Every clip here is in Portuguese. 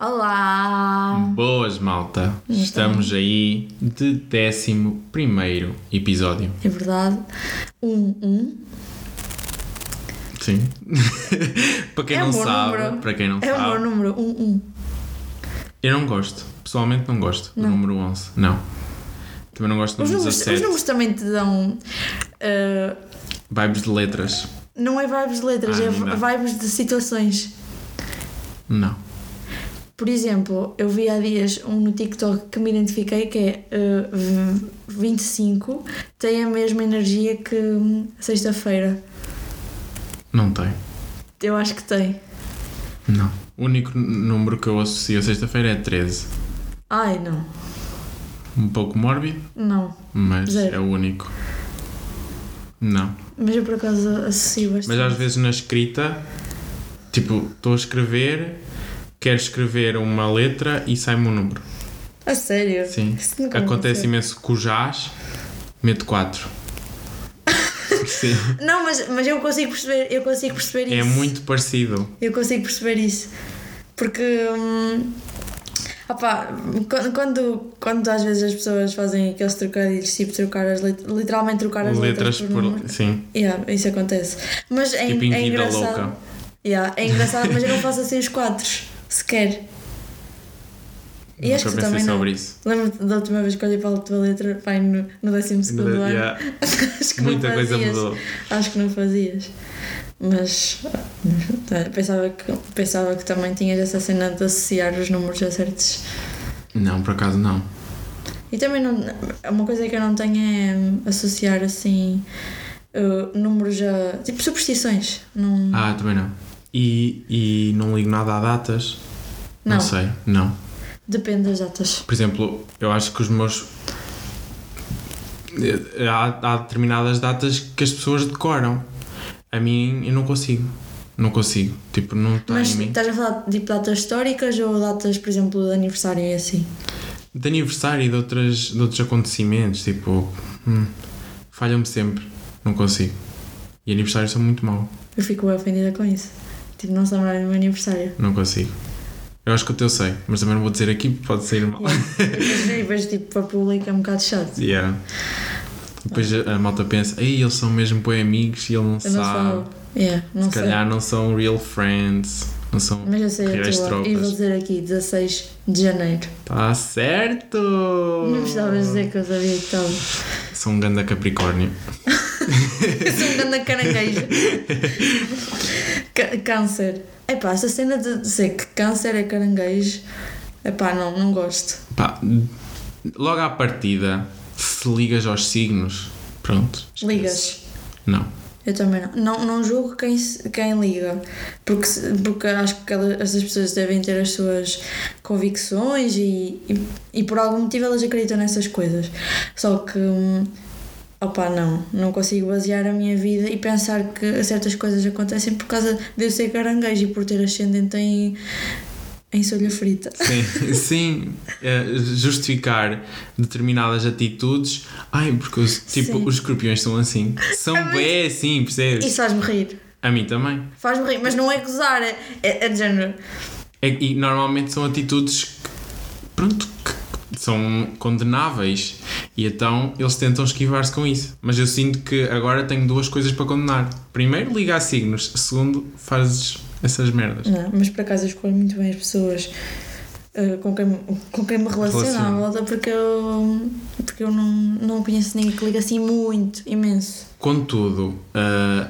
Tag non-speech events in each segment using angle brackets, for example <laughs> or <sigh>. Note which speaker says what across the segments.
Speaker 1: Olá!
Speaker 2: Boas, malta!
Speaker 1: Então.
Speaker 2: Estamos aí de 11 primeiro episódio.
Speaker 1: É verdade. Um, um. <laughs>
Speaker 2: Sim. para quem
Speaker 1: É um
Speaker 2: não
Speaker 1: bom
Speaker 2: sabe,
Speaker 1: número.
Speaker 2: para quem não
Speaker 1: É o
Speaker 2: sabe,
Speaker 1: meu número. Um, um.
Speaker 2: eu não gosto. Pessoalmente não gosto
Speaker 1: Não.
Speaker 2: do número 11. Não. Também não gosto do
Speaker 1: Os
Speaker 2: número
Speaker 1: números, os
Speaker 2: 17.
Speaker 1: números também te dão. uh,
Speaker 2: Vibes de letras.
Speaker 1: não é vibes de letras,
Speaker 2: Ah,
Speaker 1: é
Speaker 2: não.
Speaker 1: vibes de situações.
Speaker 2: Não.
Speaker 1: Por exemplo, eu vi há dias um no TikTok que me identifiquei que é uh, v- 25 tem a mesma energia que hum, sexta-feira.
Speaker 2: Não tem.
Speaker 1: Eu acho que tem.
Speaker 2: Não. O único n- número que eu associo a sexta-feira é 13.
Speaker 1: Ai, não.
Speaker 2: Um pouco mórbido,
Speaker 1: Não.
Speaker 2: mas
Speaker 1: Zero.
Speaker 2: é o único. Não.
Speaker 1: Mas eu por acaso associo bastante.
Speaker 2: Mas às vezes na escrita, tipo, estou a escrever, quero escrever uma letra e sai-me um número.
Speaker 1: A sério?
Speaker 2: Sim.
Speaker 1: Isso nunca me
Speaker 2: Acontece
Speaker 1: aconteceu.
Speaker 2: imenso com o jazz, meto
Speaker 1: <laughs>
Speaker 2: 4. Sim.
Speaker 1: Não, mas, mas eu consigo perceber, eu consigo perceber
Speaker 2: É
Speaker 1: isso.
Speaker 2: muito parecido.
Speaker 1: Eu consigo perceber isso. Porque. Hum, opá, quando, quando, quando às vezes as pessoas fazem aqueles trocadilhos, tipo trocar as letras, literalmente trocar as letras,
Speaker 2: Letras
Speaker 1: por.
Speaker 2: por.
Speaker 1: números.
Speaker 2: Sim.
Speaker 1: Yeah, isso acontece. Mas é,
Speaker 2: Tipo em
Speaker 1: é
Speaker 2: vida
Speaker 1: engraçado.
Speaker 2: louca.
Speaker 1: Yeah, é engraçado, mas eu
Speaker 2: <laughs>
Speaker 1: não faço assim os quadros, sequer. E acho
Speaker 2: Nunca
Speaker 1: que tu
Speaker 2: pensei
Speaker 1: também não.
Speaker 2: sobre isso.
Speaker 1: Lembro-te da última vez que olhei para a tua letra, pai, no, no 12 ano.
Speaker 2: Yeah.
Speaker 1: <laughs> Acho que não
Speaker 2: Muita coisa
Speaker 1: fazias.
Speaker 2: mudou.
Speaker 1: Acho que não fazias. Mas ah, pensava que, pensava que também tinhas essa cena de associar os números a certos.
Speaker 2: Não, por acaso não.
Speaker 1: E também não, uma coisa que eu não tenho é hum, associar assim uh, números a. tipo superstições. Não,
Speaker 2: Ah, também não. E, e não ligo nada a datas.
Speaker 1: não,
Speaker 2: não sei, não.
Speaker 1: depende das datas.
Speaker 2: Por exemplo, eu acho que os meus. eh, Há, há determinadas datas que as pessoas decoram. A mim, eu não consigo. Não consigo. Tipo, não está
Speaker 1: Mas
Speaker 2: em mim.
Speaker 1: estás a falar de tipo, datas históricas ou datas, por exemplo, de aniversário e assim?
Speaker 2: De aniversário e de, outras, de outros acontecimentos, tipo. hum, Falham-me sempre. Não consigo. E aniversários são muito mau.
Speaker 1: Eu fico bem ofendida com isso. Tipo, não se lembrarem do meu aniversário.
Speaker 2: Não consigo. Eu acho que o teu sei, mas também não vou dizer aqui porque pode sair mal.
Speaker 1: Yeah. E depois- e depois, tipo, para o público é um bocado chato.
Speaker 2: Yeah. Depois a, a malta pensa, ei, eles são mesmo bem amigos e ele não
Speaker 1: Eu
Speaker 2: sabe.
Speaker 1: não sou. É, não
Speaker 2: Se
Speaker 1: sei.
Speaker 2: calhar não são real friends, não são.
Speaker 1: Mas eu sei a
Speaker 2: reais
Speaker 1: tua.
Speaker 2: tropas.
Speaker 1: E vou dizer aqui, 16 de janeiro.
Speaker 2: Tá certo!
Speaker 1: Não
Speaker 2: Ah.
Speaker 1: precisavas dizer que eu sabia que estava.
Speaker 2: Sou um ganda Capricórnio.
Speaker 1: Eu sou um grande caranguejo. Ca- câncer. Epá, essa cena de dizer que câncer é caranguejo. Epá, não, não gosto.
Speaker 2: Pá, logo à partida, se ligas aos signos, pronto. esquece.
Speaker 1: Ligas.
Speaker 2: Não. <laughs>
Speaker 1: Eu também não. Não, não julgo quem, se- quem liga. Porque, se- porque acho que cada- essas pessoas devem ter as suas convicções e, e, e por algum motivo elas acreditam nessas coisas. Só que. hum, Opa, não, não consigo basear a minha vida e pensar que certas coisas acontecem por causa de eu ser caranguejo e por ter ascendente em, em solha frita.
Speaker 2: Sim, sim eh, justificar determinadas atitudes. Ai, porque os, tipo,
Speaker 1: Sim.
Speaker 2: os escorpiões são assim. São
Speaker 1: Ah, mas-
Speaker 2: bem assim, percebes?
Speaker 1: Isso faz-me rir,
Speaker 2: A mim também.
Speaker 1: faz-me rir, mas não é gozar, é, é, é de género.
Speaker 2: É- e normalmente são atitudes que, pronto, que são condenáveis e então eles tentam esquivar-se com isso. Mas eu sinto que agora tenho duas coisas para condenar. Primeiro, ligar signos. Segundo, fazes essas merdas.
Speaker 1: Não, é? mas por acaso eu escolho muito bem as pessoas eh, com, quem, com quem me relaciono à
Speaker 2: Relaciono.
Speaker 1: volta porque eu, porque eu não, não conheço ninguém que liga assim muito, imenso.
Speaker 2: Contudo, ah,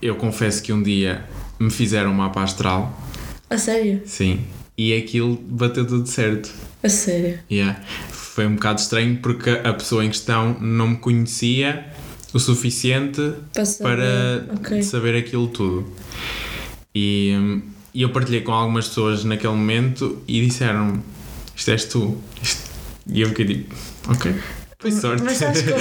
Speaker 2: eu confesso que um dia me fizeram uma mapa astral,
Speaker 1: A sério?
Speaker 2: sim, e aquilo bateu tudo certo.
Speaker 1: A sério.
Speaker 2: Yeah. Foi um bocado estranho porque a pessoa em questão não me conhecia o suficiente
Speaker 1: Passou.
Speaker 2: para
Speaker 1: Ok.
Speaker 2: saber aquilo tudo. E, hum, e eu partilhei com algumas pessoas naquele momento e disseram-me: Isto és tu. Isto- E eu fiquei tipo: Ok. Foi sorte.
Speaker 1: Mas sabes como?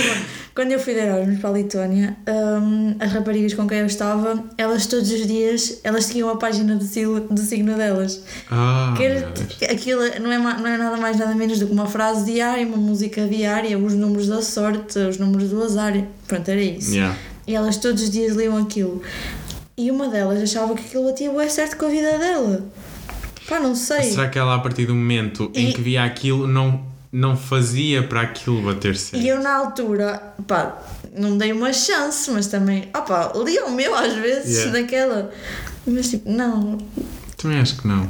Speaker 1: Quando eu fui de Erasmus para a Letónia, hum, as raparigas com quem eu estava, elas todos os dias, elas seguiam a página do, signo- do signo delas.
Speaker 2: <laughs> Ah,
Speaker 1: Que era-
Speaker 2: meu Deus.
Speaker 1: aquilo não é, ma- não é nada mais nada menos do que uma frase diária, uma música diária, os números da sorte, os números do azar. Pronto, era isso.
Speaker 2: Yeah.
Speaker 1: E elas todos os dias liam aquilo. E uma delas achava que aquilo batia bué certo com a vida dela. Pá, não sei.
Speaker 2: Será que ela, a partir do momento em
Speaker 1: E-
Speaker 2: que via aquilo, não, não fazia para aquilo bater certo?
Speaker 1: E eu na altura, pá, não dei uma chance, mas também, opá, li o meu às vezes
Speaker 2: Yeah.
Speaker 1: daquela. Mas tipo, não.
Speaker 2: Também acho que não.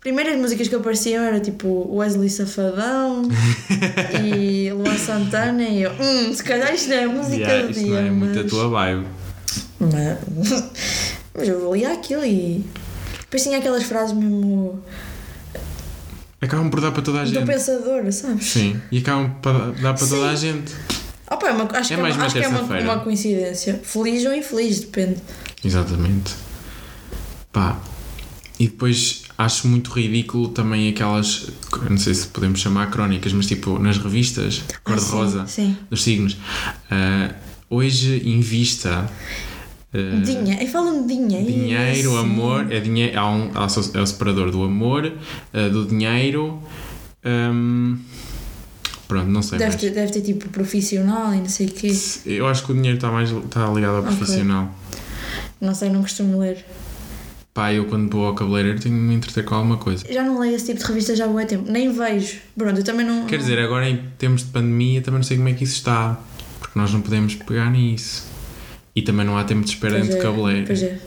Speaker 1: Primeiras músicas que apareciam era tipo Wesley
Speaker 2: <laughs>
Speaker 1: Safadão e Luan Santana e eu, hum, se calhar isto não é música
Speaker 2: Yeah,
Speaker 1: do
Speaker 2: isto
Speaker 1: dia.
Speaker 2: não é
Speaker 1: mas...
Speaker 2: muito a tua vibe.
Speaker 1: Mas, <laughs> mas eu lia aquilo e. Depois tinha aquelas frases mesmo
Speaker 2: Acabam por dar para toda a
Speaker 1: do
Speaker 2: gente.
Speaker 1: pensador, sabes?
Speaker 2: Sim, e acabam por dar para toda a gente.
Speaker 1: Opa, é uma- acho que
Speaker 2: É
Speaker 1: é,
Speaker 2: mais
Speaker 1: uma,
Speaker 2: uma
Speaker 1: acho que é uma,
Speaker 2: terça-feira.
Speaker 1: uma coincidência. Feliz ou infeliz, depende.
Speaker 2: Exatamente. Pá. E depois acho muito ridículo também aquelas, não sei se podemos chamar crónicas, mas tipo nas revistas, cor-de-rosa,
Speaker 1: Ah, sim, sim.
Speaker 2: dos signos. Ah, hoje invista. ah,
Speaker 1: Dinheiro, e falam de dinheiro.
Speaker 2: Dinheiro,
Speaker 1: assim.
Speaker 2: amor, é, dinhe há um, há so- é o separador do amor, eh, do dinheiro. hum, pronto, não sei.
Speaker 1: Deve
Speaker 2: mais.
Speaker 1: ter, deve ter tipo profissional e não sei o quê.
Speaker 2: Eu acho que o dinheiro está mais tá ligado ao
Speaker 1: Ok.
Speaker 2: profissional.
Speaker 1: Não sei, não costumo ler.
Speaker 2: Pá, eu quando vou ao cabeleireiro tenho de me entreter com alguma coisa.
Speaker 1: Já não leio esse tipo de revistas já há muito tempo. Nem vejo. Pronto, eu também não.
Speaker 2: Quer dizer, é agora em termos de pandemia também não sei como é que isso está, porque nós não podemos pegar nisso. E também não há tempo de espera
Speaker 1: Pois
Speaker 2: dentro
Speaker 1: é,
Speaker 2: do cabeleireiro.
Speaker 1: Pois é.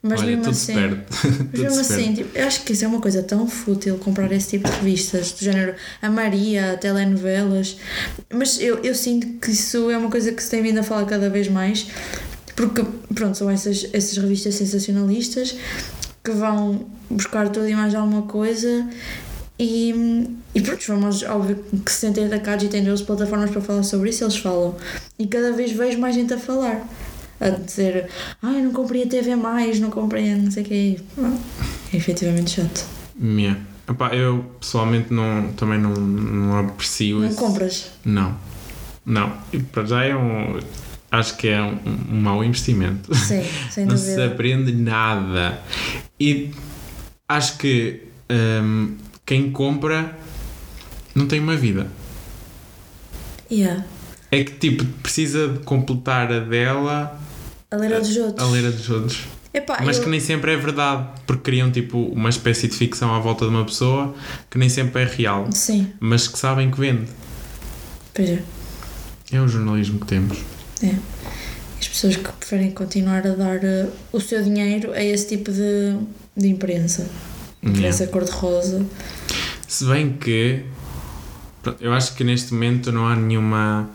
Speaker 1: Mas
Speaker 2: Olha,
Speaker 1: mesmo
Speaker 2: tudo
Speaker 1: assim.
Speaker 2: se perde.
Speaker 1: Mas
Speaker 2: <laughs> tudo
Speaker 1: mesmo
Speaker 2: se perde.
Speaker 1: assim, tipo, eu acho que isso é uma coisa tão fútil comprar esse tipo de revistas, do género a Maria, a telenovelas, mas eu, eu sinto que isso é uma coisa que se tem vindo a falar cada vez mais, porque, pronto, são essas, essas revistas sensacionalistas que vão buscar tudo e mais alguma coisa e, e pronto, vamos, óbvio que se sentem atacados e têm 12 plataformas para falar sobre isso, eles falam. E cada vez vejo mais gente a falar. A dizer, ai, não comprei a TV mais, não comprei a não sei o quê. Não. É efetivamente chato.
Speaker 2: Yeah. Epá, eu pessoalmente não, também não, não aprecio
Speaker 1: Não
Speaker 2: esse-
Speaker 1: compras.
Speaker 2: Não. Não. E para já é um. Acho que é um, um mau investimento.
Speaker 1: Sim, sem
Speaker 2: Não se
Speaker 1: dúvida.
Speaker 2: aprende nada. E acho que hum, quem compra não tem uma vida.
Speaker 1: Yeah.
Speaker 2: É que tipo, precisa de completar a dela
Speaker 1: A ler a dos
Speaker 2: É, a
Speaker 1: outros.
Speaker 2: leira dos outros.
Speaker 1: Epá,
Speaker 2: Mas
Speaker 1: eu-
Speaker 2: que nem sempre é verdade. Porque criam tipo uma espécie de ficção à volta de uma pessoa que nem sempre é real.
Speaker 1: Sim,
Speaker 2: Mas que sabem que vende.
Speaker 1: pois é.
Speaker 2: É o jornalismo que temos.
Speaker 1: As pessoas que preferem continuar a dar eh, o seu dinheiro a esse tipo de, de imprensa.
Speaker 2: Yeah.
Speaker 1: Imprensa cor-de-rosa.
Speaker 2: um Se bem que pronto, eu acho que neste momento não há nenhuma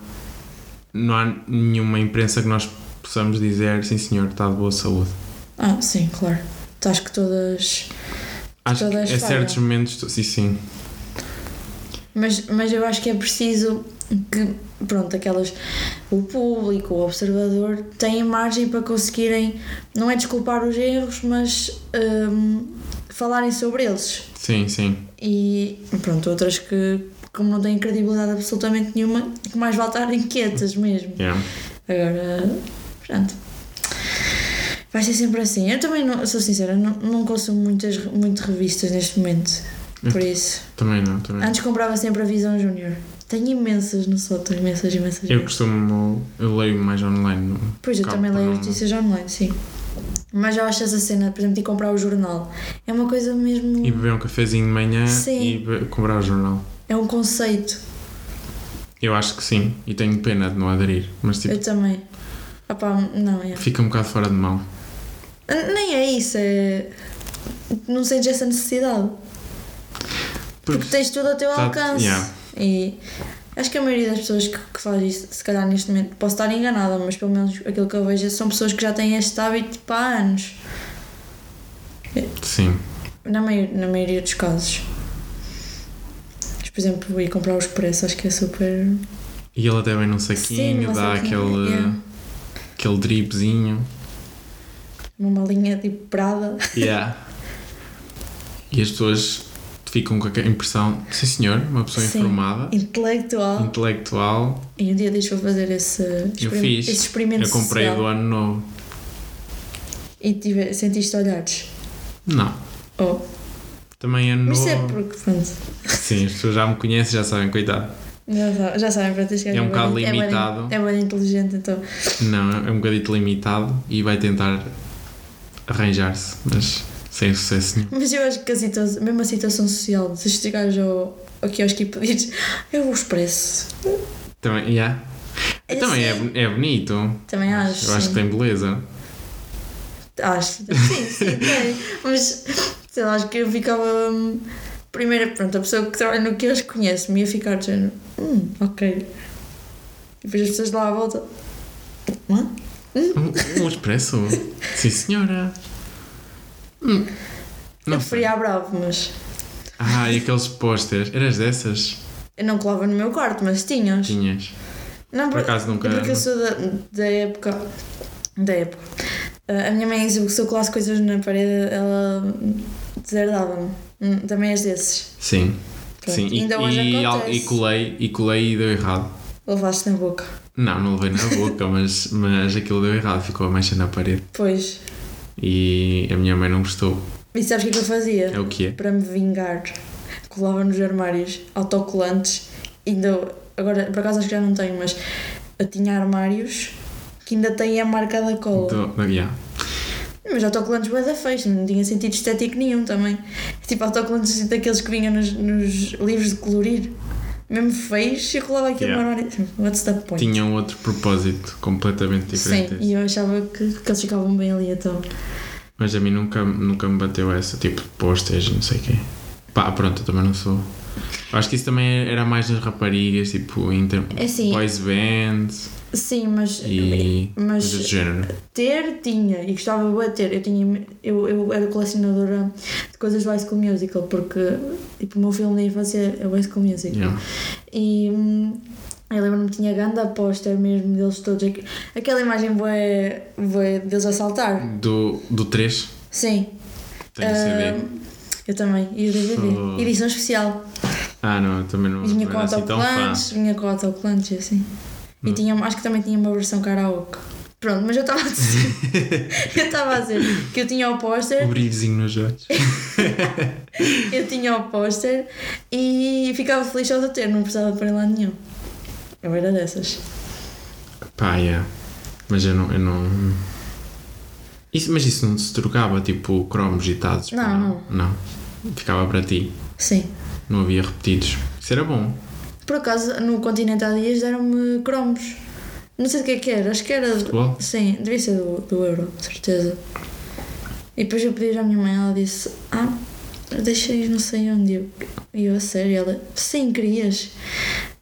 Speaker 2: não há nenhuma imprensa que nós possamos dizer sim senhor está de boa saúde.
Speaker 1: Ah, sim, claro. Tu Acho que todas.
Speaker 2: Acho que
Speaker 1: Todas
Speaker 2: a
Speaker 1: falham.
Speaker 2: certos momentos tu- sim sim.
Speaker 1: Mas, mas eu acho que é preciso que, pronto, aquelas. O público, o observador, tem margem para conseguirem, não é desculpar os erros, mas hum, falarem sobre eles.
Speaker 2: Sim, sim.
Speaker 1: E pronto, outras que, como não têm credibilidade absolutamente nenhuma, é que mais vale estarem quietas mesmo.
Speaker 2: Yeah.
Speaker 1: Agora, pronto. Vai ser sempre assim. Eu também, não, sou sincera, não, não consumo muitas, muito revistas neste momento.
Speaker 2: Hum.
Speaker 1: Por isso.
Speaker 2: Também não, também. não.
Speaker 1: Antes comprava sempre a Visão Júnior. Tenho imensas no sótão, imensas, imensas.
Speaker 2: Eu
Speaker 1: imensas.
Speaker 2: costumo eu leio mais online. no-
Speaker 1: Pois eu
Speaker 2: Calma,
Speaker 1: também leio
Speaker 2: não-
Speaker 1: notícias online, sim. Mas eu acho essa cena, por exemplo, de comprar o jornal. É uma coisa mesmo.
Speaker 2: E beber um cafezinho de manhã
Speaker 1: Sim.
Speaker 2: e be- comprar o jornal.
Speaker 1: É um conceito.
Speaker 2: Eu acho que sim, e tenho pena de não aderir, mas tipo,
Speaker 1: Eu também. Opá, não, é.
Speaker 2: fica um bocado fora de mão.
Speaker 1: Nem é isso, é. Não sentes essa necessidade. Porque tens tudo ao teu
Speaker 2: tá-
Speaker 1: alcance.
Speaker 2: yeah.
Speaker 1: E acho que a maioria das pessoas que, que faz isso, se calhar neste momento, posso estar enganada, mas pelo menos aquilo que eu vejo são pessoas que já têm este hábito tipo, há anos.
Speaker 2: Sim.
Speaker 1: Na, mai- na maioria dos casos. Mas, por exemplo, ir comprar o expresso, acho que é super.
Speaker 2: E ele até vem num
Speaker 1: Sim,
Speaker 2: saquinho,
Speaker 1: uma
Speaker 2: dá
Speaker 1: saquinha,
Speaker 2: aquele
Speaker 1: yeah.
Speaker 2: aquele
Speaker 1: <laughs>
Speaker 2: dripzinho.
Speaker 1: Uma malinha tipo prada. <laughs>
Speaker 2: Yeah. E as pessoas ficam com a impressão, sim senhor, uma pessoa
Speaker 1: Sim. Então,
Speaker 2: informada,
Speaker 1: Intelectual.
Speaker 2: intelectual.
Speaker 1: E um dia deixa vou fazer esse,
Speaker 2: Eu
Speaker 1: experim-
Speaker 2: fiz.
Speaker 1: esse experimento
Speaker 2: eu comprei
Speaker 1: social.
Speaker 2: do ano novo.
Speaker 1: E tive, sentiste olhares.
Speaker 2: Não.
Speaker 1: Oh.
Speaker 2: Também ano
Speaker 1: Mas
Speaker 2: novo.
Speaker 1: isso é porque, pronto,
Speaker 2: Sim, as pessoas já me conhecem, já sabem, coitado.
Speaker 1: já sabem, já sabem para
Speaker 2: É um bocado limitado.
Speaker 1: É bem inteligente, então.
Speaker 2: Não, é um bocadito limitado e vai tentar arranjar-se, mas sem sucesso nenhum.
Speaker 1: Mas eu acho que a situação, mesmo a situação social, se chegares ao, ao quiosque e pedires, "Ah, eu vou expresso.
Speaker 2: Também, yeah.
Speaker 1: É
Speaker 2: Também é,
Speaker 1: assim.
Speaker 2: bo- é bonito.
Speaker 1: Também acho.
Speaker 2: Eu acho
Speaker 1: sim.
Speaker 2: que tem beleza.
Speaker 1: Acho, sim, sim, tem. Mas, sei lá, acho que eu ficava. hum, Primeiro, pronto, a pessoa que trabalha no quiosque conhece-me ia ficar de género, hum, ok. E depois as pessoas lá à volta, hã?
Speaker 2: Um,
Speaker 1: <laughs>
Speaker 2: um expresso. Sim, senhora. Hum.
Speaker 1: Eu
Speaker 2: Não sei.
Speaker 1: preferia a Bravo, mas.
Speaker 2: Ah, e aqueles posters. Eras dessas?
Speaker 1: Eu não colava no meu quarto, mas tinhas.
Speaker 2: Tinhas.
Speaker 1: Não,
Speaker 2: Por acaso nunca.
Speaker 1: É porque eu sou da, da época. Da época. Ah, a minha mãe dizia que se eu colasse coisas na parede, ela deserdava-me. Hum, Também és desses.
Speaker 2: Sim.
Speaker 1: Pronto.
Speaker 2: Sim. E,
Speaker 1: Ainda hoje
Speaker 2: e, al-
Speaker 1: acontece.
Speaker 2: e colei e colei e deu errado.
Speaker 1: Levaste na boca.
Speaker 2: Não, não levei na boca, mas, mas aquilo deu errado, ficou a mancha na parede.
Speaker 1: Pois.
Speaker 2: E a minha mãe não gostou.
Speaker 1: E sabes o que é que eu fazia?
Speaker 2: É o que é.
Speaker 1: Para me vingar, colava nos armários autocolantes. Ainda. Agora, por acaso acho que já não tenho, mas. Eu tinha armários que ainda têm a marca da cola.
Speaker 2: Então, yeah.
Speaker 1: Mas autocolantes bué da feios, não tinha sentido estético nenhum também. Tipo, autocolantes assim, daqueles que vinham nos, nos livros de colorir. Mesmo feios, eu colava aquilo
Speaker 2: Yeah.
Speaker 1: no armário. What's the point?
Speaker 2: Tinha um outro propósito completamente
Speaker 1: Sim,
Speaker 2: diferente.
Speaker 1: e eu achava que, que eles ficavam bem ali então.
Speaker 2: Mas a mim nunca, nunca me bateu essa, tipo, postas, não sei o quê. Pá, pronto, eu também não sou. Eu Acho que isso também era mais nas raparigas, tipo, inter...
Speaker 1: É assim.
Speaker 2: boys bands
Speaker 1: Sim, mas,
Speaker 2: e
Speaker 1: mas-
Speaker 2: coisas do género.
Speaker 1: ter tinha, e gostava bué de ter. Eu, tinha, eu, eu era colecionadora de coisas do High School Musical, porque tipo, o meu filme da infância é o High School Musical.
Speaker 2: Yeah.
Speaker 1: E hum, eu lembro-me que tinha grande aposta mesmo deles todos. Aqu- Aquela imagem boa, boa deles a saltar.
Speaker 2: Do, do 3,
Speaker 1: Sim.
Speaker 2: tenho
Speaker 1: Ah,
Speaker 2: CD.
Speaker 1: Eu também. E o DVD.
Speaker 2: Oh.
Speaker 1: Edição especial.
Speaker 2: Ah, não, eu também não,
Speaker 1: E vinha
Speaker 2: não
Speaker 1: com
Speaker 2: era assim tão fã. Hum.
Speaker 1: autocolantes, vinha com autocolantes e assim. E tinha, acho que também tinha uma versão karaoke. Pronto, mas eu estava a dizer.
Speaker 2: <laughs>
Speaker 1: eu estava a dizer que eu tinha o
Speaker 2: O
Speaker 1: póster,
Speaker 2: brilhozinho nos olhos.
Speaker 1: eu tinha o póster e ficava feliz só de o ter, não precisava de pôr em lado nenhum. Eu era dessas.
Speaker 2: Pá, yeah. Mas eu não. Eu não... Isso, mas isso não se trocava, tipo, cromos e tazos? pá,
Speaker 1: Não,
Speaker 2: Não. Ficava para ti.
Speaker 1: Sim.
Speaker 2: Não havia repetidos. Isso era bom.
Speaker 1: Por acaso, no Continente há dias deram-me cromos. Não sei do que é que era, acho que era.
Speaker 2: Futebol?
Speaker 1: Sim, devia ser do, do Euro, de certeza. E depois eu pedi à minha mãe, ela disse: Ah, eu deixei não sei onde. Eu- E eu, a sério, ela: Sim, querias?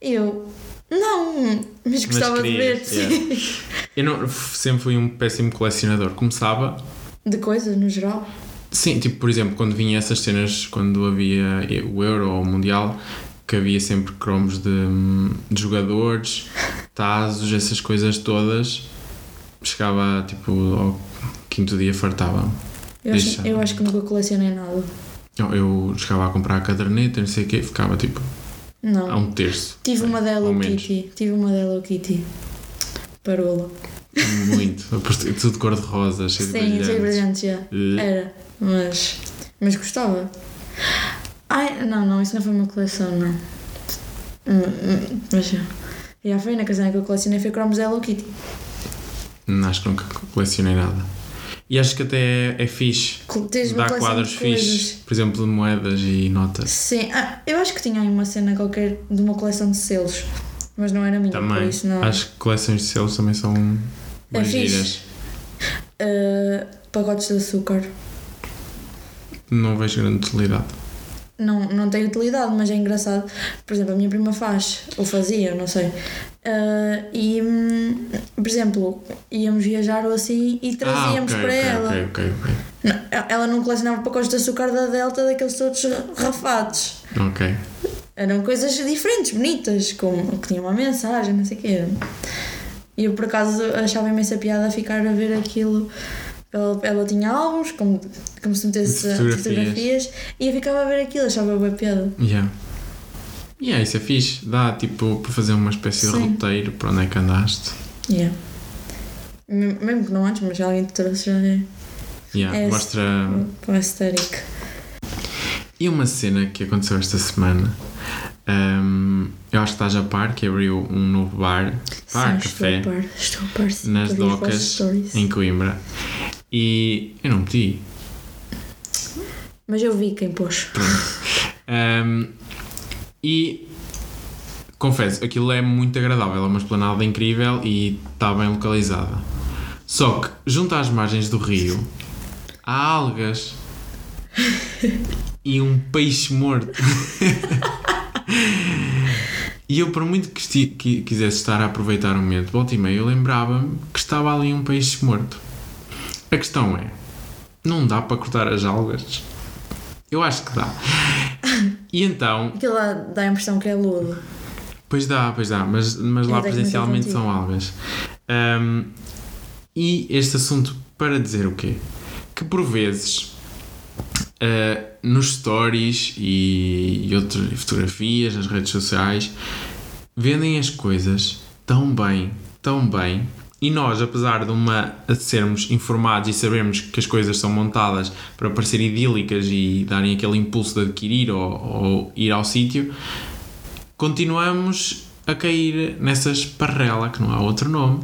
Speaker 1: E eu: Não, mas gostava
Speaker 2: querias,
Speaker 1: de ver. sim."
Speaker 2: Eu não, f- sempre fui um péssimo colecionador. Começava.
Speaker 1: <laughs> De coisas, no geral.
Speaker 2: Sim, tipo, por exemplo, quando vinha essas cenas, quando havia o Euro ou o Mundial, que havia sempre cromos de, hum, de jogadores, tazos, essas coisas todas. Chegava, tipo, ao quinto dia fartava.
Speaker 1: Eu acho,
Speaker 2: Deixa.
Speaker 1: eu acho que nunca colecionei nada.
Speaker 2: Eu, eu chegava a comprar a caderneta, não sei o quê, ficava tipo a
Speaker 1: Não.
Speaker 2: um terço.
Speaker 1: Tive uma da
Speaker 2: ao
Speaker 1: Hello
Speaker 2: menos.
Speaker 1: Kitty. Tive uma da Hello Kitty. Parola.
Speaker 2: Muito. Aposto- Tudo de cor-de-rosa, cheio
Speaker 1: Sim,
Speaker 2: de
Speaker 1: cheio de brilhantes,
Speaker 2: brilhantes.
Speaker 1: já.
Speaker 2: Eh,
Speaker 1: Era, mas, mas gostava. Ai, não, não, isso não foi uma coleção, não. Hum, hum, Mas já. Já foi na casinha que eu colecionei, foi cromos da Hello Kitty.
Speaker 2: Eh, Acho que nunca colecionei nada. E acho que até é, é fixe.
Speaker 1: Co- Tens uma
Speaker 2: Dá
Speaker 1: coleção
Speaker 2: quadros
Speaker 1: de coisas.
Speaker 2: fixes. Por exemplo, de moedas e notas.
Speaker 1: Sim, ah, eu acho que tinha aí uma cena qualquer de uma coleção de selos, mas não era minha, por
Speaker 2: Também.
Speaker 1: isso não.
Speaker 2: Acho que coleções de selos também são
Speaker 1: é
Speaker 2: mais giras.
Speaker 1: fixe. Ah, pacotes de açúcar.
Speaker 2: Não vejo grande utilidade. Ah,
Speaker 1: não, não tem utilidade, mas é engraçado. Por exemplo, a minha prima faz, ou fazia, não sei. Ah, e, hum, por exemplo, íamos viajar ou assim e trazíamos
Speaker 2: Ah, ok,
Speaker 1: para
Speaker 2: ok,
Speaker 1: ela.
Speaker 2: ok, ok, ok.
Speaker 1: Não, ela não colecionava pacotes de açúcar da Delta, daqueles todos rafados.
Speaker 2: Ok.
Speaker 1: Eram coisas diferentes, bonitas, como que tinha uma mensagem, não sei o quê. E eu por acaso achava imensa piada ficar a ver aquilo Ela, ela tinha álbuns, como, como se metesse
Speaker 2: De
Speaker 1: fotografias.
Speaker 2: fotografias.
Speaker 1: fotografias, e eu ficava a ver aquilo, achava boa piada.
Speaker 2: Yeah. Yeah, isso é fixe. Dá tipo para fazer uma espécie de
Speaker 1: Sim.
Speaker 2: roteiro para onde é que andaste.
Speaker 1: Yeah. Me- Mesmo que não antes, mas alguém te trouxe já é,
Speaker 2: Yeah,
Speaker 1: É,
Speaker 2: mostra.
Speaker 1: para o aesthetic.
Speaker 2: E uma cena que aconteceu esta semana. ahm, eu acho que estás a par que abriu um novo bar, bar
Speaker 1: Sim,
Speaker 2: café,
Speaker 1: Estou a par, estou a par. sim,
Speaker 2: nas
Speaker 1: para ver as
Speaker 2: docas,
Speaker 1: vossas stories.
Speaker 2: em Coimbra. E eu não pedi.
Speaker 1: Mas eu vi quem pôs. <laughs>
Speaker 2: Ahm, e confesso, aquilo é muito agradável, é uma esplanada incrível e está bem localizada. Só que, junto às margens do rio, há algas e um peixe morto. e eu, por muito que, esti- que quisesse estar a aproveitar o momento, volta e meia, eu lembrava-me que estava ali um peixe morto. A questão é: não dá para cortar as algas? Eu acho que dá. E então,
Speaker 1: Aquilo lá dá a impressão que é lodo.
Speaker 2: Pois dá, pois dá, mas, mas lá
Speaker 1: Ainda é que
Speaker 2: presencialmente
Speaker 1: não
Speaker 2: são algas. Ahm, e este assunto para dizer o quê? Que por vezes ah, nos stories e, e outras fotografias, nas redes sociais, vendem as coisas tão bem, tão bem. E nós, apesar de uma de sermos informados e sabermos que as coisas são montadas para parecer idílicas e darem aquele impulso de adquirir ou, ou ir ao sítio, continuamos a cair nessa esparrela, que não há outro nome,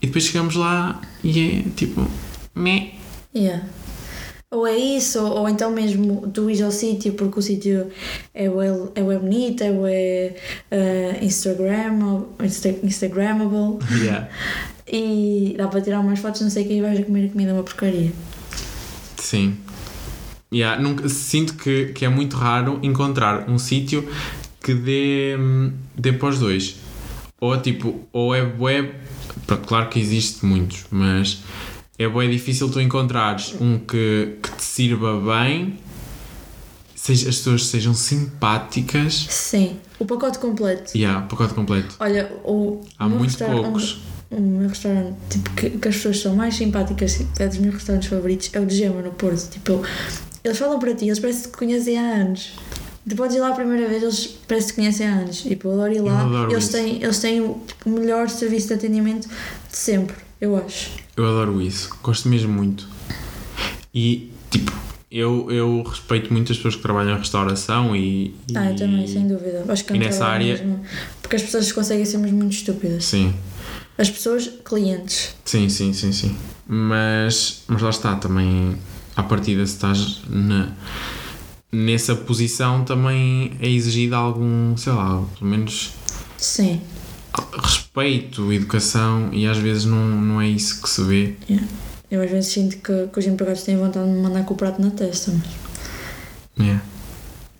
Speaker 2: e depois chegamos lá e é tipo, meh.
Speaker 1: Yeah. Ou é isso, ou, ou então mesmo tu ires ao sítio porque o sítio é o é bué bonito, é bué, eh, Instagram, ou- Insta, Instagrammable
Speaker 2: Yeah.
Speaker 1: e dá para tirar umas fotos, não sei o que, e vais a comer a comida, é uma porcaria.
Speaker 2: Sim. Yeah, nunca, sinto que, que é muito raro encontrar um sítio que dê, hum, dê para os dois. Ou tipo, ou é bué. Pronto, claro que existe muitos, mas é bué difícil tu encontrares um que, que te sirva bem, seja, as pessoas sejam simpáticas
Speaker 1: Sim, o pacote completo.
Speaker 2: Yeah, pacote completo.
Speaker 1: Olha, o
Speaker 2: Há
Speaker 1: meu
Speaker 2: muito
Speaker 1: restaurante-
Speaker 2: poucos.
Speaker 1: Um, o meu restaurante, tipo, que, que as pessoas são mais simpáticas, é dos meus restaurantes favoritos, é o de Gema no Porto. Tipo, eu- eles falam para ti, eles parecem que te conhecem há anos. Tu podes ir lá a primeira vez, eles parecem que te conhecem há anos. Tipo, eu adoro ir lá.
Speaker 2: adoro
Speaker 1: eles,
Speaker 2: isso.
Speaker 1: têm, eles têm o tipo, melhor serviço de atendimento de sempre, eu acho.
Speaker 2: Eu adoro isso. Gosto mesmo muito. E, tipo, eu, eu respeito muito as pessoas que trabalham em restauração e. e-
Speaker 1: Ah, eu também, sem dúvida. Acho que é um
Speaker 2: e nessa
Speaker 1: trabalho
Speaker 2: área-
Speaker 1: mesmo. Porque as pessoas conseguem ser mesmo muito estúpidas.
Speaker 2: Sim,
Speaker 1: As pessoas, clientes.
Speaker 2: sim, sim, sim, sim. Mas, mas lá está, também, à partida, se estás na, nessa posição, também é exigido algum, sei lá, pelo menos
Speaker 1: Sim.
Speaker 2: respeito, educação, e às vezes não, não é isso que se vê.
Speaker 1: Eu às vezes sinto que, que os empregados têm vontade de me mandar com o prato na testa, mas.
Speaker 2: né?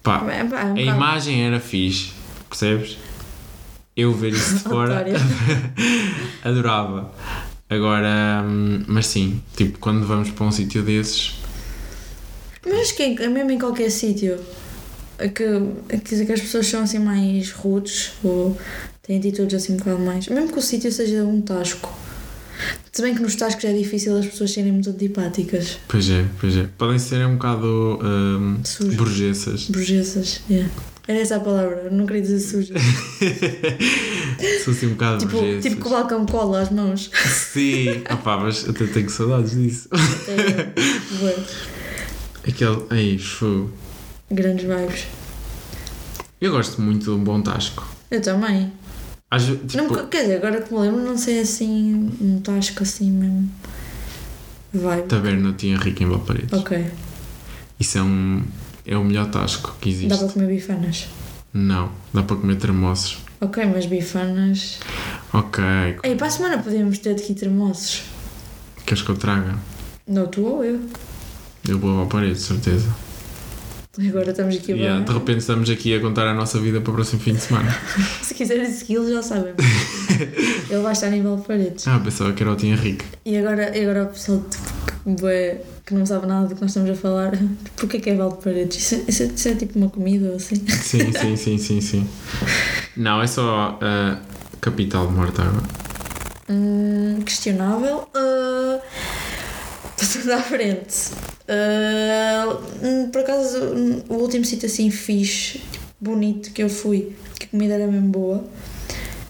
Speaker 2: Pá,
Speaker 1: É, pá, é um
Speaker 2: A
Speaker 1: bocado
Speaker 2: imagem era fixe, percebes? Eu ver
Speaker 1: <laughs>
Speaker 2: isso de fora
Speaker 1: otário.
Speaker 2: <laughs> adorava. Agora, hum, mas sim, tipo, quando vamos para um sítio desses,
Speaker 1: Mas acho que em- mesmo em qualquer sítio é que, é que dizem que as pessoas são assim mais rudes ou têm atitudes assim um bocado mais. Mesmo que o sítio seja um tasco. Se bem que nos tascos é difícil as pessoas serem muito antipáticas,
Speaker 2: pois é, pois é, podem ser um bocado hum,
Speaker 1: Sujo.
Speaker 2: burguesas, <laughs>
Speaker 1: burguesas. yeah. Era essa a palavra, eu não queria dizer suja.
Speaker 2: são assim um bocado
Speaker 1: tipo,
Speaker 2: burguesas.
Speaker 1: tipo que o balcão cola as mãos.
Speaker 2: Sim, opá, mas até tenho saudades disso.
Speaker 1: É, bué.
Speaker 2: Aquele, ai, fu.
Speaker 1: grandes vibes.
Speaker 2: Eu gosto muito de um bom tasco.
Speaker 1: Eu também.
Speaker 2: Às ve- tipo,
Speaker 1: Não, me- quer dizer, agora que me lembro, não sei assim, um tasco assim mesmo. Vibe.
Speaker 2: Taberna tinha rico em Valparedes.
Speaker 1: Ok.
Speaker 2: Isso é um. É o melhor tasco que existe.
Speaker 1: Dá para comer bifanas.
Speaker 2: Não, dá para comer termoços.
Speaker 1: Ok, mas bifanas.
Speaker 2: Ok,
Speaker 1: Ei, para a semana podemos ter aqui termoços.
Speaker 2: queres que eu traga?
Speaker 1: Não tu ou eu.
Speaker 2: Eu vou à parede, de certeza.
Speaker 1: Agora estamos aqui a
Speaker 2: Yeah, de
Speaker 1: falar.
Speaker 2: repente estamos aqui a contar a nossa vida para o próximo fim
Speaker 1: <laughs>
Speaker 2: de semana.
Speaker 1: Se quiserem segui-lo, já
Speaker 2: <laughs>
Speaker 1: sabem. Ele vai estar em Valparedes.
Speaker 2: Ah, pensava que era o Tim Henrique.
Speaker 1: E agora, e agora o pessoal tipo, que, bué, que não sabe nada do que nós estamos a falar, <laughs> porquê que é Valparedes? Isso, é- isso, é- isso é tipo uma comida ou assim?
Speaker 2: Sim, sim, sim, sim, sim. Não, é só a capital de Mortágua.
Speaker 1: Hum, questionável. Ah, Passando à frente. Uh, por acaso, o último sítio assim fixe, tipo, bonito que eu fui, que a comida era mesmo boa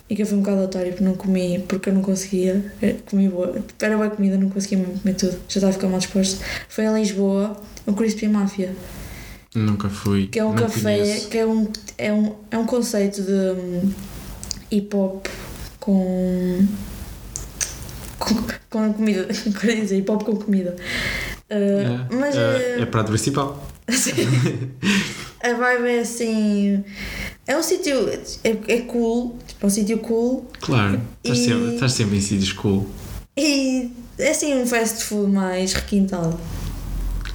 Speaker 1: e que eu fui um bocado otário porque não comi, porque eu não conseguia. eh, Comi boa, era boa comida, não conseguia mesmo comer tudo, já estava a ficar mal disposto. Foi em Lisboa, o Crispy Mafia
Speaker 2: Nunca fui.
Speaker 1: que é um
Speaker 2: não
Speaker 1: café,
Speaker 2: conheço.
Speaker 1: que é um, é, um, é um conceito de hum, hip hop com. com, com comida. <laughs> Queria dizer hip hop com comida. Uh,
Speaker 2: É,
Speaker 1: Mas
Speaker 2: é,
Speaker 1: é,
Speaker 2: é prato principal.
Speaker 1: <laughs> a vibe é assim. É um sítio. É, é cool, tipo, é um sítio cool
Speaker 2: Claro. Estás,
Speaker 1: E-
Speaker 2: sempre, estás sempre em sítios cool.
Speaker 1: e é assim um fast food mais requintado.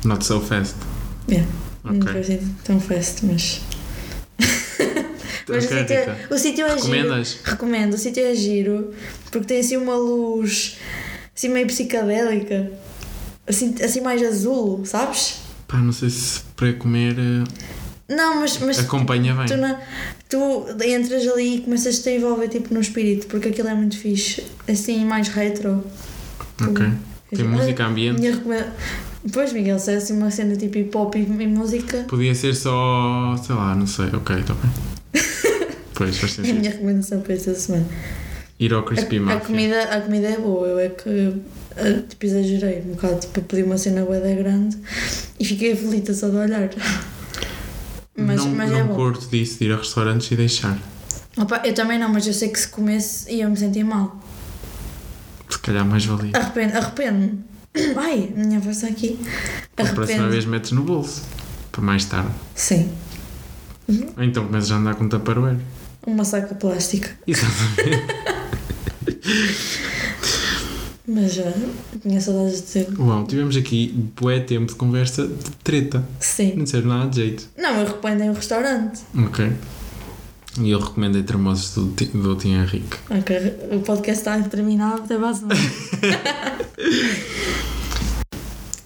Speaker 2: Not so fast.
Speaker 1: É, não
Speaker 2: Ok.
Speaker 1: foi assim tão fast, mas. Mas
Speaker 2: Ok,
Speaker 1: o, sítio é,
Speaker 2: Rita.
Speaker 1: o sítio é giro.
Speaker 2: Recomendas?
Speaker 1: Recomendo, o sítio é giro porque tem assim uma luz assim meio psicadélica, assim, assim mais azul, sabes?
Speaker 2: Pá, não sei se para comer eh,
Speaker 1: Não, mas,
Speaker 2: É
Speaker 1: mas
Speaker 2: acompanha bem.
Speaker 1: tu, na- tu entras ali e começas a te envolver tipo no espírito porque aquilo é muito fixe, assim mais retro.
Speaker 2: Ok.
Speaker 1: Tu-
Speaker 2: Tem música,
Speaker 1: Ah,
Speaker 2: ambiente.
Speaker 1: minha recome- Pois Miguel, se é assim uma cena tipo hip hop e, e música,
Speaker 2: Podia ser só. sei lá, não sei. Ok, está
Speaker 1: <laughs>
Speaker 2: bem. pois, faz
Speaker 1: é a
Speaker 2: sentido.
Speaker 1: minha recomendação para esta semana.
Speaker 2: Ir ao Crispy
Speaker 1: a, a
Speaker 2: Mafia.
Speaker 1: comida, a comida é boa, eu é que eh, tipo, exagerei um bocado, tipo, eu pedi uma cena boeda grande e fiquei aflita só de
Speaker 2: <laughs>
Speaker 1: olhar. Mas,
Speaker 2: não
Speaker 1: mas
Speaker 2: não
Speaker 1: é bom.
Speaker 2: curto disso de ir a restaurantes e deixar.
Speaker 1: Opa, eu também não, mas eu sei que se comesse ia me sentir mal.
Speaker 2: Se calhar mais valia.
Speaker 1: Arrependo, arrependo-me. <coughs> Ai, a minha voz está aqui.
Speaker 2: A próxima
Speaker 1: Arrependo.
Speaker 2: vez metes no bolso. Para mais tarde.
Speaker 1: Sim,
Speaker 2: Ou então começas a andar com taparoeiro.
Speaker 1: uma saca plástica.
Speaker 2: Exatamente.
Speaker 1: Mas já tinha saudades de ter.
Speaker 2: <laughs> Uau, tivemos aqui bué tempo de conversa de treta.
Speaker 1: Sim.
Speaker 2: Não disseram nada de jeito.
Speaker 1: Não, eu arrependei o restaurante.
Speaker 2: Ok. E eu recomendei Tremosos do, Ti- do Tim Henrique.
Speaker 1: Ok, o podcast está terminado, até base.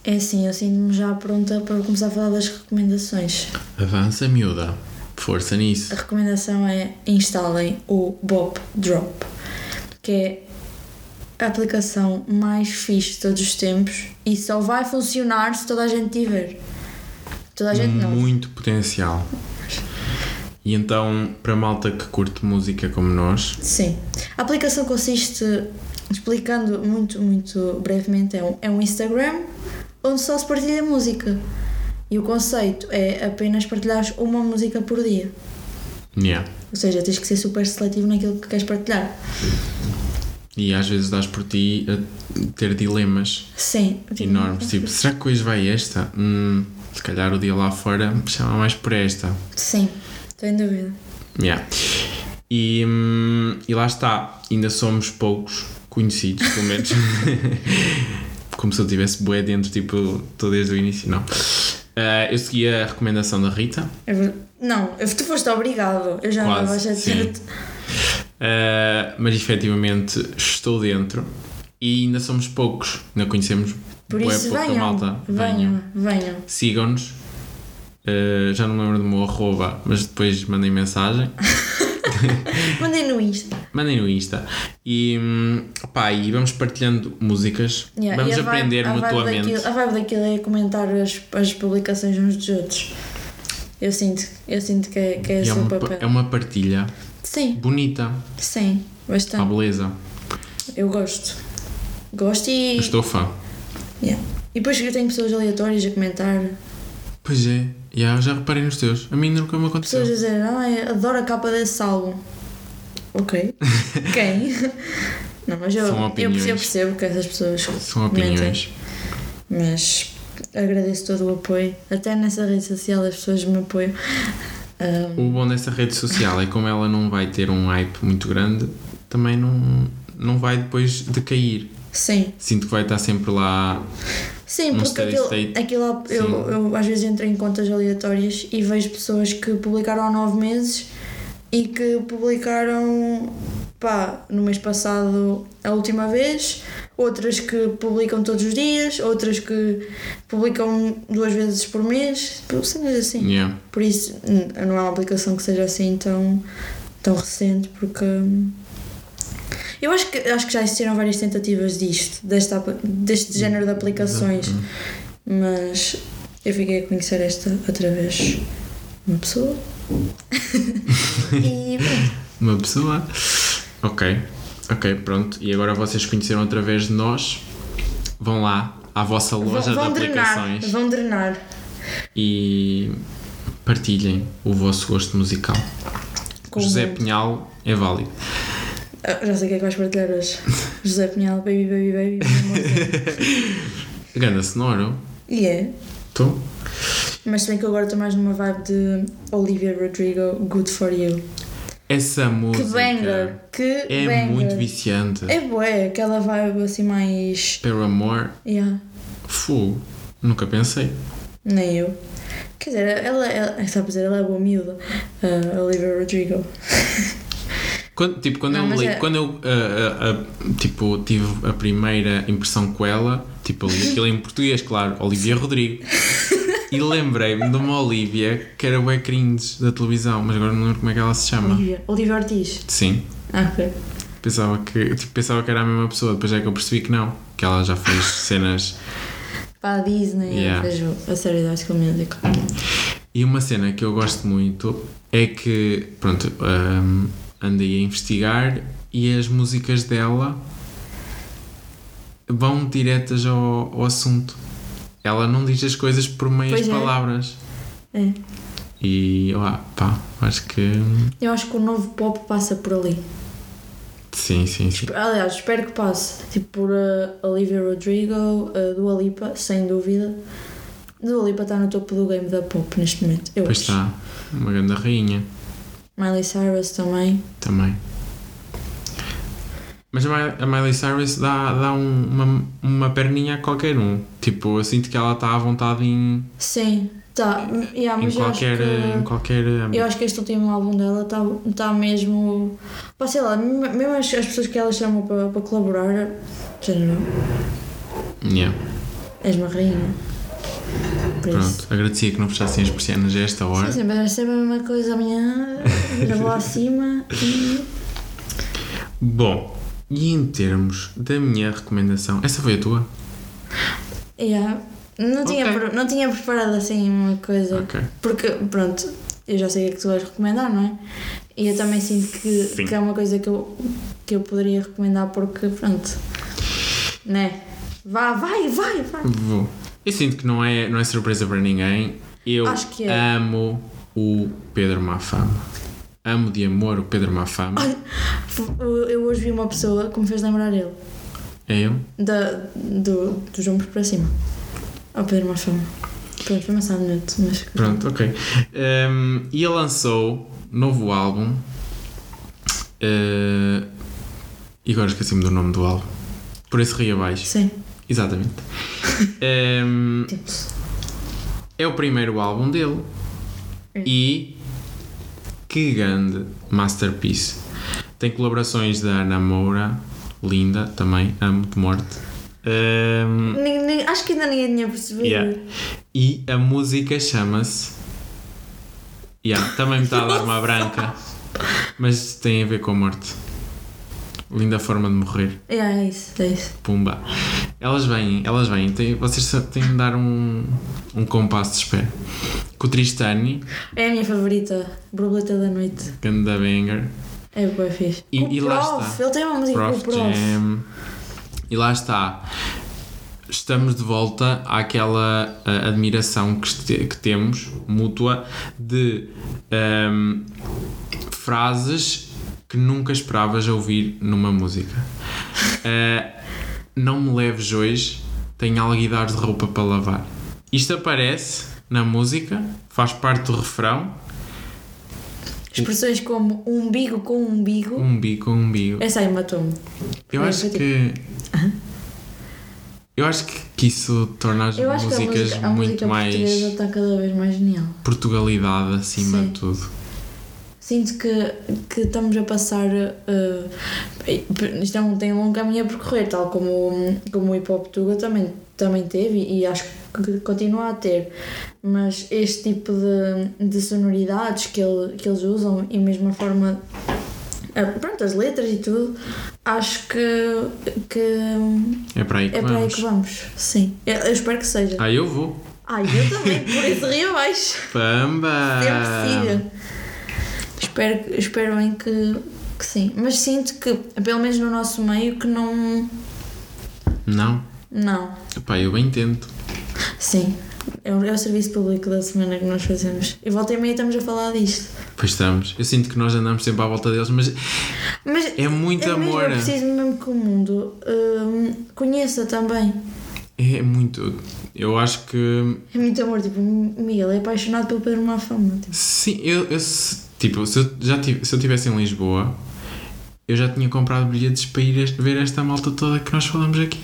Speaker 1: É assim, eu sinto-me já pronta para começar a falar das recomendações.
Speaker 2: Avança, miúda. Força nisso.
Speaker 1: A recomendação é instalem o Bop Drop, que é a aplicação mais fixe de todos os tempos e só vai funcionar se toda a gente tiver. Toda a gente não.
Speaker 2: Muito potencial. E então, para a malta que curte música como nós,
Speaker 1: Sim. A aplicação consiste, explicando muito, muito brevemente, é um, é um Instagram onde só se partilha música. E o conceito é apenas partilhares uma música por dia.
Speaker 2: yeah.
Speaker 1: Ou seja, tens que ser super seletivo naquilo que queres partilhar.
Speaker 2: E às vezes dás por ti a ter dilemas
Speaker 1: Sim.
Speaker 2: enormes. Tipo, será que hoje vai esta? Hum, se calhar o dia lá fora me chama mais por esta.
Speaker 1: Sim, estou em dúvida.
Speaker 2: Yeah. E, hum, e lá está, ainda somos poucos conhecidos, pelo menos. <laughs> Como se eu tivesse bué dentro, tipo, estou desde o início, não. Ah, eu segui a recomendação da Rita.
Speaker 1: É ver- Não, eu- tu foste obrigado. Eu já andava a
Speaker 2: Quase,
Speaker 1: chatear-te.
Speaker 2: Ah, mas efetivamente estou dentro e ainda somos poucos, ainda conhecemos
Speaker 1: Por
Speaker 2: bué
Speaker 1: isso,
Speaker 2: pouca
Speaker 1: venham,
Speaker 2: malta.
Speaker 1: venham. Venham.
Speaker 2: Sigam-nos. Ah, já não me lembro do meu arroba, mas depois mandem
Speaker 1: <laughs>
Speaker 2: mensagem.
Speaker 1: Mandem no Insta.
Speaker 2: Mandem no Insta. E, hum, pá, e vamos partilhando músicas.
Speaker 1: Yeah,
Speaker 2: vamos
Speaker 1: e a vibe-
Speaker 2: aprender
Speaker 1: a vibe
Speaker 2: mutuamente.
Speaker 1: daquilo- a vibe daquilo é comentar as, as publicações uns dos outros. Eu sinto, eu sinto que é, que é
Speaker 2: E
Speaker 1: esse
Speaker 2: é,
Speaker 1: o
Speaker 2: uma,
Speaker 1: papel.
Speaker 2: é uma partilha
Speaker 1: Sim,
Speaker 2: bonita.
Speaker 1: sim,
Speaker 2: Uma
Speaker 1: bastante.
Speaker 2: beleza.
Speaker 1: Eu gosto. Gosto e.
Speaker 2: Eu estou fã.
Speaker 1: Yeah. E depois eu tenho pessoas aleatórias a comentar.
Speaker 2: Pois é. Yeah, já reparei nos teus. A mim nunca me aconteceu.
Speaker 1: Pessoas a dizer, ah, eu adoro a capa desse álbum.
Speaker 2: <laughs>
Speaker 1: Ok. Quem? Não, mas eu,
Speaker 2: São
Speaker 1: eu, eu
Speaker 2: opiniões.
Speaker 1: percebo que essas pessoas
Speaker 2: São
Speaker 1: comentem.
Speaker 2: opiniões.
Speaker 1: mas agradeço todo o apoio. Até nessa rede social as pessoas me apoiam. Ah,
Speaker 2: O bom dessa rede social é como ela não vai ter um hype muito grande, também não, não vai depois decair.
Speaker 1: sim,
Speaker 2: Sinto que vai estar sempre lá.
Speaker 1: sim,
Speaker 2: Num
Speaker 1: porque
Speaker 2: Um steady
Speaker 1: aquilo,
Speaker 2: state.
Speaker 1: aquilo eu,
Speaker 2: Sim.
Speaker 1: eu às vezes entro em contas aleatórias e vejo pessoas que publicaram há nove meses e que publicaram pá, no mês passado a última vez, outras que publicam todos os dias, outras que publicam duas vezes por mês, cenas assim.
Speaker 2: Yeah.
Speaker 1: Por isso, n- não é uma aplicação que seja assim tão, tão recente, porque. hum, Eu acho que, acho que já existiram várias tentativas disto, desta, apl-
Speaker 2: Hum,
Speaker 1: deste género de aplicações, mas eu fiquei a conhecer esta através de uma
Speaker 2: <laughs>
Speaker 1: pessoa. e pronto,
Speaker 2: Uma pessoa. Ok, ok, pronto. E agora vocês conheceram através de nós. Vão lá à vossa
Speaker 1: vão,
Speaker 2: loja
Speaker 1: vão
Speaker 2: de
Speaker 1: drenar,
Speaker 2: aplicações
Speaker 1: vão drenar.
Speaker 2: e partilhem o vosso gosto musical.
Speaker 1: com o
Speaker 2: José
Speaker 1: mundo.
Speaker 2: Pinhal é válido.
Speaker 1: Ah, Já sei o que é que vais partilhar hoje. José Pinhal, baby, baby, baby.
Speaker 2: <laughs>
Speaker 1: baby.
Speaker 2: Ganda sonoro. Então,
Speaker 1: E é.
Speaker 2: Tu?
Speaker 1: Mas se bem que eu agora estou mais numa vibe de Olivia Rodrigo, Good For You.
Speaker 2: Essa
Speaker 1: Que
Speaker 2: música
Speaker 1: banger! Que
Speaker 2: é
Speaker 1: banger!
Speaker 2: muito viciante.
Speaker 1: É boa, aquela vibe assim mais.
Speaker 2: Pelo amor,
Speaker 1: Yeah,
Speaker 2: fogo. Nunca pensei.
Speaker 1: nem eu. Quer dizer, ela, ela está a dizer, ela é boa miúda, a Olivia Rodrigo.
Speaker 2: Quando, tipo, quando
Speaker 1: Não,
Speaker 2: eu,
Speaker 1: mas
Speaker 2: li,
Speaker 1: é-
Speaker 2: quando eu ah, ah, ah, tipo, tive a primeira impressão com ela, tipo, eu li aquilo em português, claro,
Speaker 1: <laughs>
Speaker 2: Olivia Rodrigo. E lembrei-me de uma Olivia que era bué cringe da televisão, mas agora não lembro como é que ela se chama.
Speaker 1: Olivia, Olivia Ortiz.
Speaker 2: Sim,
Speaker 1: Ah, ok.
Speaker 2: pensava que, tipo, pensava que era a mesma pessoa, depois é que eu percebi que não, que ela
Speaker 1: <laughs>
Speaker 2: já fez cenas.
Speaker 1: Para a Disney,
Speaker 2: Yeah.
Speaker 1: vejo a série da High School Musical.
Speaker 2: E uma cena que eu gosto muito é que, pronto, hum, andei a investigar e as músicas dela vão diretas ao, ao assunto. Ela não diz as coisas por meias
Speaker 1: Pois é.
Speaker 2: palavras.
Speaker 1: É.
Speaker 2: E, ó, pá, acho que. hum,
Speaker 1: Eu acho que o novo pop passa por ali.
Speaker 2: Sim, sim, sim.
Speaker 1: Aliás, espero que passe. Tipo por eh, Olivia Rodrigo, eh, Dua Lipa, sem dúvida. Dua Lipa está no topo do game da pop neste momento. Eu
Speaker 2: Pois tá.
Speaker 1: acho.
Speaker 2: está. Uma grande rainha
Speaker 1: Miley Cyrus também.
Speaker 2: também. Mas a Mi- a Miley Cyrus dá, dá um- uma, uma perninha a qualquer um. Tipo, eu sinto que ela está à vontade em.
Speaker 1: Sim, tá. Yeah,
Speaker 2: em
Speaker 1: mas eu acho
Speaker 2: qualquer, uh, em
Speaker 1: que.
Speaker 2: qualquer âmbito.
Speaker 1: Eu acho que este último álbum dela está tá mesmo. Pá, sei lá, me- mesmo as, as pessoas que ela chama para para colaborar. Já não.
Speaker 2: Yeah,
Speaker 1: És uma rainha. Por isso.
Speaker 2: Pronto, agradecia que não fechassem as persianas a esta hora.
Speaker 1: Sim, sempre, é sempre a mesma coisa amanhã. Já vou lá acima e.
Speaker 2: Bom, e em termos da minha recomendação, essa foi a tua?
Speaker 1: Yeah. Não, tinha,
Speaker 2: Ok.
Speaker 1: pre- não tinha preparado assim uma coisa.
Speaker 2: Ok.
Speaker 1: Porque, pronto, eu já sei o que é que tu vais recomendar, não é? E eu também sinto que,
Speaker 2: Sim.
Speaker 1: que é uma coisa que eu, que eu poderia recomendar porque, pronto, né? Vá, vai, vai, vai.
Speaker 2: Vou. Eu sinto que não é, não é surpresa para ninguém. Eu
Speaker 1: Acho que é.
Speaker 2: amo o Pedro Mafama. Amo de amor o Pedro Mafama.
Speaker 1: Eu, eu hoje vi uma pessoa que me fez lembrar ele,
Speaker 2: É ele?
Speaker 1: da, do, dos ombros para cima, ao Pedro Mafama. Pronto, foi uma minuto, mas.
Speaker 2: Pronto, ok. Ehm, e ele lançou novo álbum. Eh, e agora esqueci-me do nome do álbum. Por esse rio abaixo.
Speaker 1: Sim, tipo,
Speaker 2: Exatamente. Ehm,
Speaker 1: temos.
Speaker 2: é o primeiro álbum dele. E que grande masterpiece. Tem colaborações da Ana Moura, linda também, amo de morte. Ehm,
Speaker 1: Ni- ni- acho que ainda ninguém tinha percebido.
Speaker 2: Yeah. E a música chama-se. Yeah, também me está a dar uma branca. Mas tem a ver com a morte. Linda forma de morrer.
Speaker 1: Yeah, é isso, é isso.
Speaker 2: Pumba. Elas vêm, elas vêm. Tem, vocês só têm de dar um, um compasso de espera. Com o Tristani,
Speaker 1: É a minha favorita, Borboleta da Noite.
Speaker 2: Ganda Banger.
Speaker 1: É bem fixe.
Speaker 2: E-
Speaker 1: Com o
Speaker 2: e
Speaker 1: prof,
Speaker 2: lá está.
Speaker 1: Ele tem uma música
Speaker 2: Prof.
Speaker 1: com o prof.
Speaker 2: Jam. E lá está. Estamos de volta àquela ah, admiração que, este- que temos, mútua, de ahm, frases que nunca esperavas ouvir
Speaker 1: <laughs>
Speaker 2: numa música. Ah, não me leves hoje, tenho alguidar de roupa para lavar. Isto aparece na música, faz parte do refrão,
Speaker 1: Expressões como umbigo com umbigo.
Speaker 2: um bico, um bico.
Speaker 1: Essa aí matou-me.
Speaker 2: Eu
Speaker 1: Foi
Speaker 2: acho
Speaker 1: tipo-
Speaker 2: que. Eu acho que, que isso torna as
Speaker 1: Eu acho que a
Speaker 2: músicas
Speaker 1: música, a
Speaker 2: muito
Speaker 1: música
Speaker 2: mais
Speaker 1: portuguesa está cada vez mais genial.
Speaker 2: Portugalidade acima
Speaker 1: Sim.
Speaker 2: de tudo.
Speaker 1: Sinto que, que estamos a passar. eh, eh, isto é um, tem um longo caminho a percorrer, tal como, como o hip hop Tuga também, também teve e acho que continua a ter. Mas este tipo de, de sonoridades que, ele, que eles usam e mesmo a forma ah, pronto, as letras e tudo, acho que, que
Speaker 2: É para aí que
Speaker 1: é para aí
Speaker 2: vamos.
Speaker 1: que vamos. Sim, eu, eu espero que
Speaker 2: <laughs>
Speaker 1: seja.
Speaker 2: Ah, eu vou.
Speaker 1: Ai, eu também, por isso rio abaixo.
Speaker 2: Pamba!
Speaker 1: Sempre siga. Espero, espero bem que, que sim. Mas sinto que, pelo menos no nosso meio, que não.
Speaker 2: Não.
Speaker 1: Não.
Speaker 2: Pá, eu bem tento.
Speaker 1: Sim. É o, é o serviço público da semana que nós fazemos. E volta e meia estamos a falar disto.
Speaker 2: Pois estamos. Eu sinto que nós andamos sempre à volta deles, mas
Speaker 1: Mas
Speaker 2: é muito
Speaker 1: é mesmo,
Speaker 2: amor.
Speaker 1: eu preciso mesmo que o mundo hum, conheça também.
Speaker 2: É muito. Eu acho que.
Speaker 1: É muito amor. Tipo, o Miguel é apaixonado pelo Pedro Mafama. Tipo.
Speaker 2: Sim, eu. eu se- tipo, se eu, já tive, se eu estivesse em Lisboa, eu já tinha comprado bilhetes para ir este- ver esta malta toda que nós falamos aqui.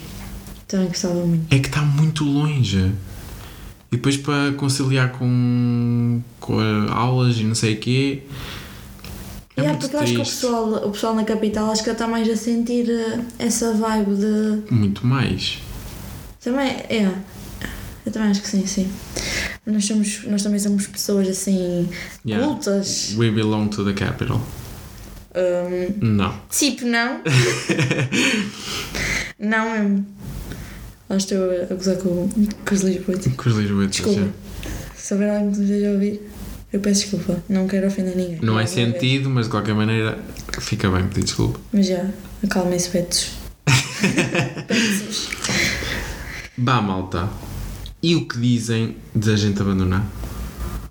Speaker 1: Também gostava muito.
Speaker 2: É que está muito longe. E depois para conciliar com, com a- aulas e não sei o quê. É
Speaker 1: É
Speaker 2: muito
Speaker 1: porque eu acho que o
Speaker 2: triste.
Speaker 1: pessoal, o pessoal na capital acho que está mais a sentir eh, essa vibe de.
Speaker 2: Muito mais.
Speaker 1: Também é. Eu também acho que sim, sim. Nós, somos, nós também somos pessoas assim
Speaker 2: Yeah.
Speaker 1: cultas.
Speaker 2: We belong to the capital.
Speaker 1: Hum,
Speaker 2: Não.
Speaker 1: tipo,
Speaker 2: <laughs>
Speaker 1: não. não mesmo. Lá estou a gozar com, com os Lisboetas.
Speaker 2: Com os lisboetas.
Speaker 1: Desculpa.
Speaker 2: já.
Speaker 1: Se houver alguém que me esteja a ouvir, eu peço desculpa. Não quero ofender ninguém.
Speaker 2: Não é
Speaker 1: Nada a ver.
Speaker 2: sentido, mas de qualquer maneira fica bem pedir desculpa.
Speaker 1: Mas já, acalmem-se,
Speaker 2: <laughs>
Speaker 1: betos. Betos.
Speaker 2: Bah, malta. E o que dizem da gente abandonar?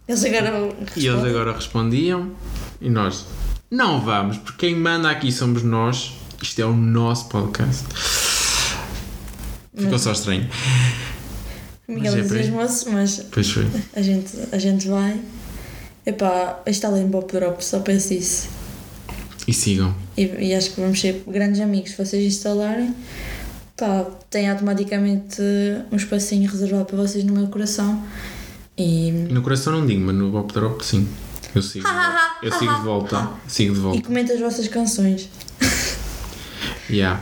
Speaker 1: Eles agora vão.
Speaker 2: E eles agora respondiam e nós não vamos, porque quem manda aqui somos nós. Isto é o nosso podcast. Ficou só estranho.
Speaker 1: Miguel
Speaker 2: Mas é por aí.
Speaker 1: entusiasmou-se, mas
Speaker 2: Pois foi.
Speaker 1: a gente, a gente vai. Epá, é está em Bob Drop, um só penso isso.
Speaker 2: E sigam.
Speaker 1: E, e acho que vamos ser grandes amigos. Se vocês instalarem, pá, têm automaticamente um espacinho reservado para vocês no meu coração. E,
Speaker 2: No coração não digo, mas no Bop Drop sim. Eu sigo. Eu sigo de volta. Sigo de
Speaker 1: e
Speaker 2: volta.
Speaker 1: comentem as vossas canções.
Speaker 2: Yeah.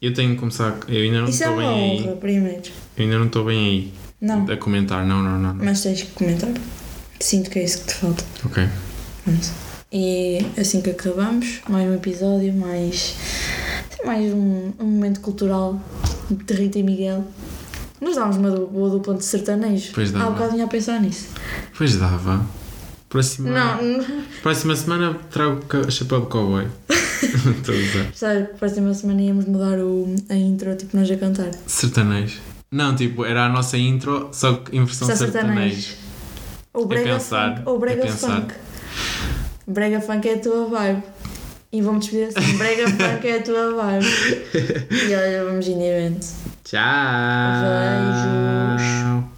Speaker 2: Eu tenho que começar. Eu ainda não
Speaker 1: Isso é
Speaker 2: estou
Speaker 1: uma
Speaker 2: bem aí.
Speaker 1: honra, primeiro.
Speaker 2: Eu ainda não estou bem aí.
Speaker 1: Não,
Speaker 2: A comentar, não, não, não. não.
Speaker 1: mas tens que comentar. Sinto que é isso que te falta.
Speaker 2: Ok.
Speaker 1: Pronto. E assim que acabamos, mais um episódio, mais, mais um, um momento cultural de Rita e Miguel. Nós dámos uma du- boa dupla de sertanejo.
Speaker 2: Pois dá,
Speaker 1: Há um
Speaker 2: não é?
Speaker 1: bocado vinha a pensar nisso.
Speaker 2: Pois dava. Próxima,
Speaker 1: Não, não,
Speaker 2: próxima semana trago ca- chapéu de cowboy. <laughs> Estou a usar.
Speaker 1: sabe, próxima semana íamos mudar o, a intro, tipo nós a cantar.
Speaker 2: Sertanejo. Não, tipo, era a nossa intro, só que em versão
Speaker 1: Só
Speaker 2: sertanejo.
Speaker 1: sertanejo. Ou brega
Speaker 2: pensar,
Speaker 1: funk. Ou
Speaker 2: é
Speaker 1: brega
Speaker 2: pensar.
Speaker 1: funk. Brega funk é a tua vibe. E vou-me despedir assim, brega funk é a tua
Speaker 2: <laughs>
Speaker 1: vibe. E olha, vamos em evento.
Speaker 2: Tchau.
Speaker 1: Beijos.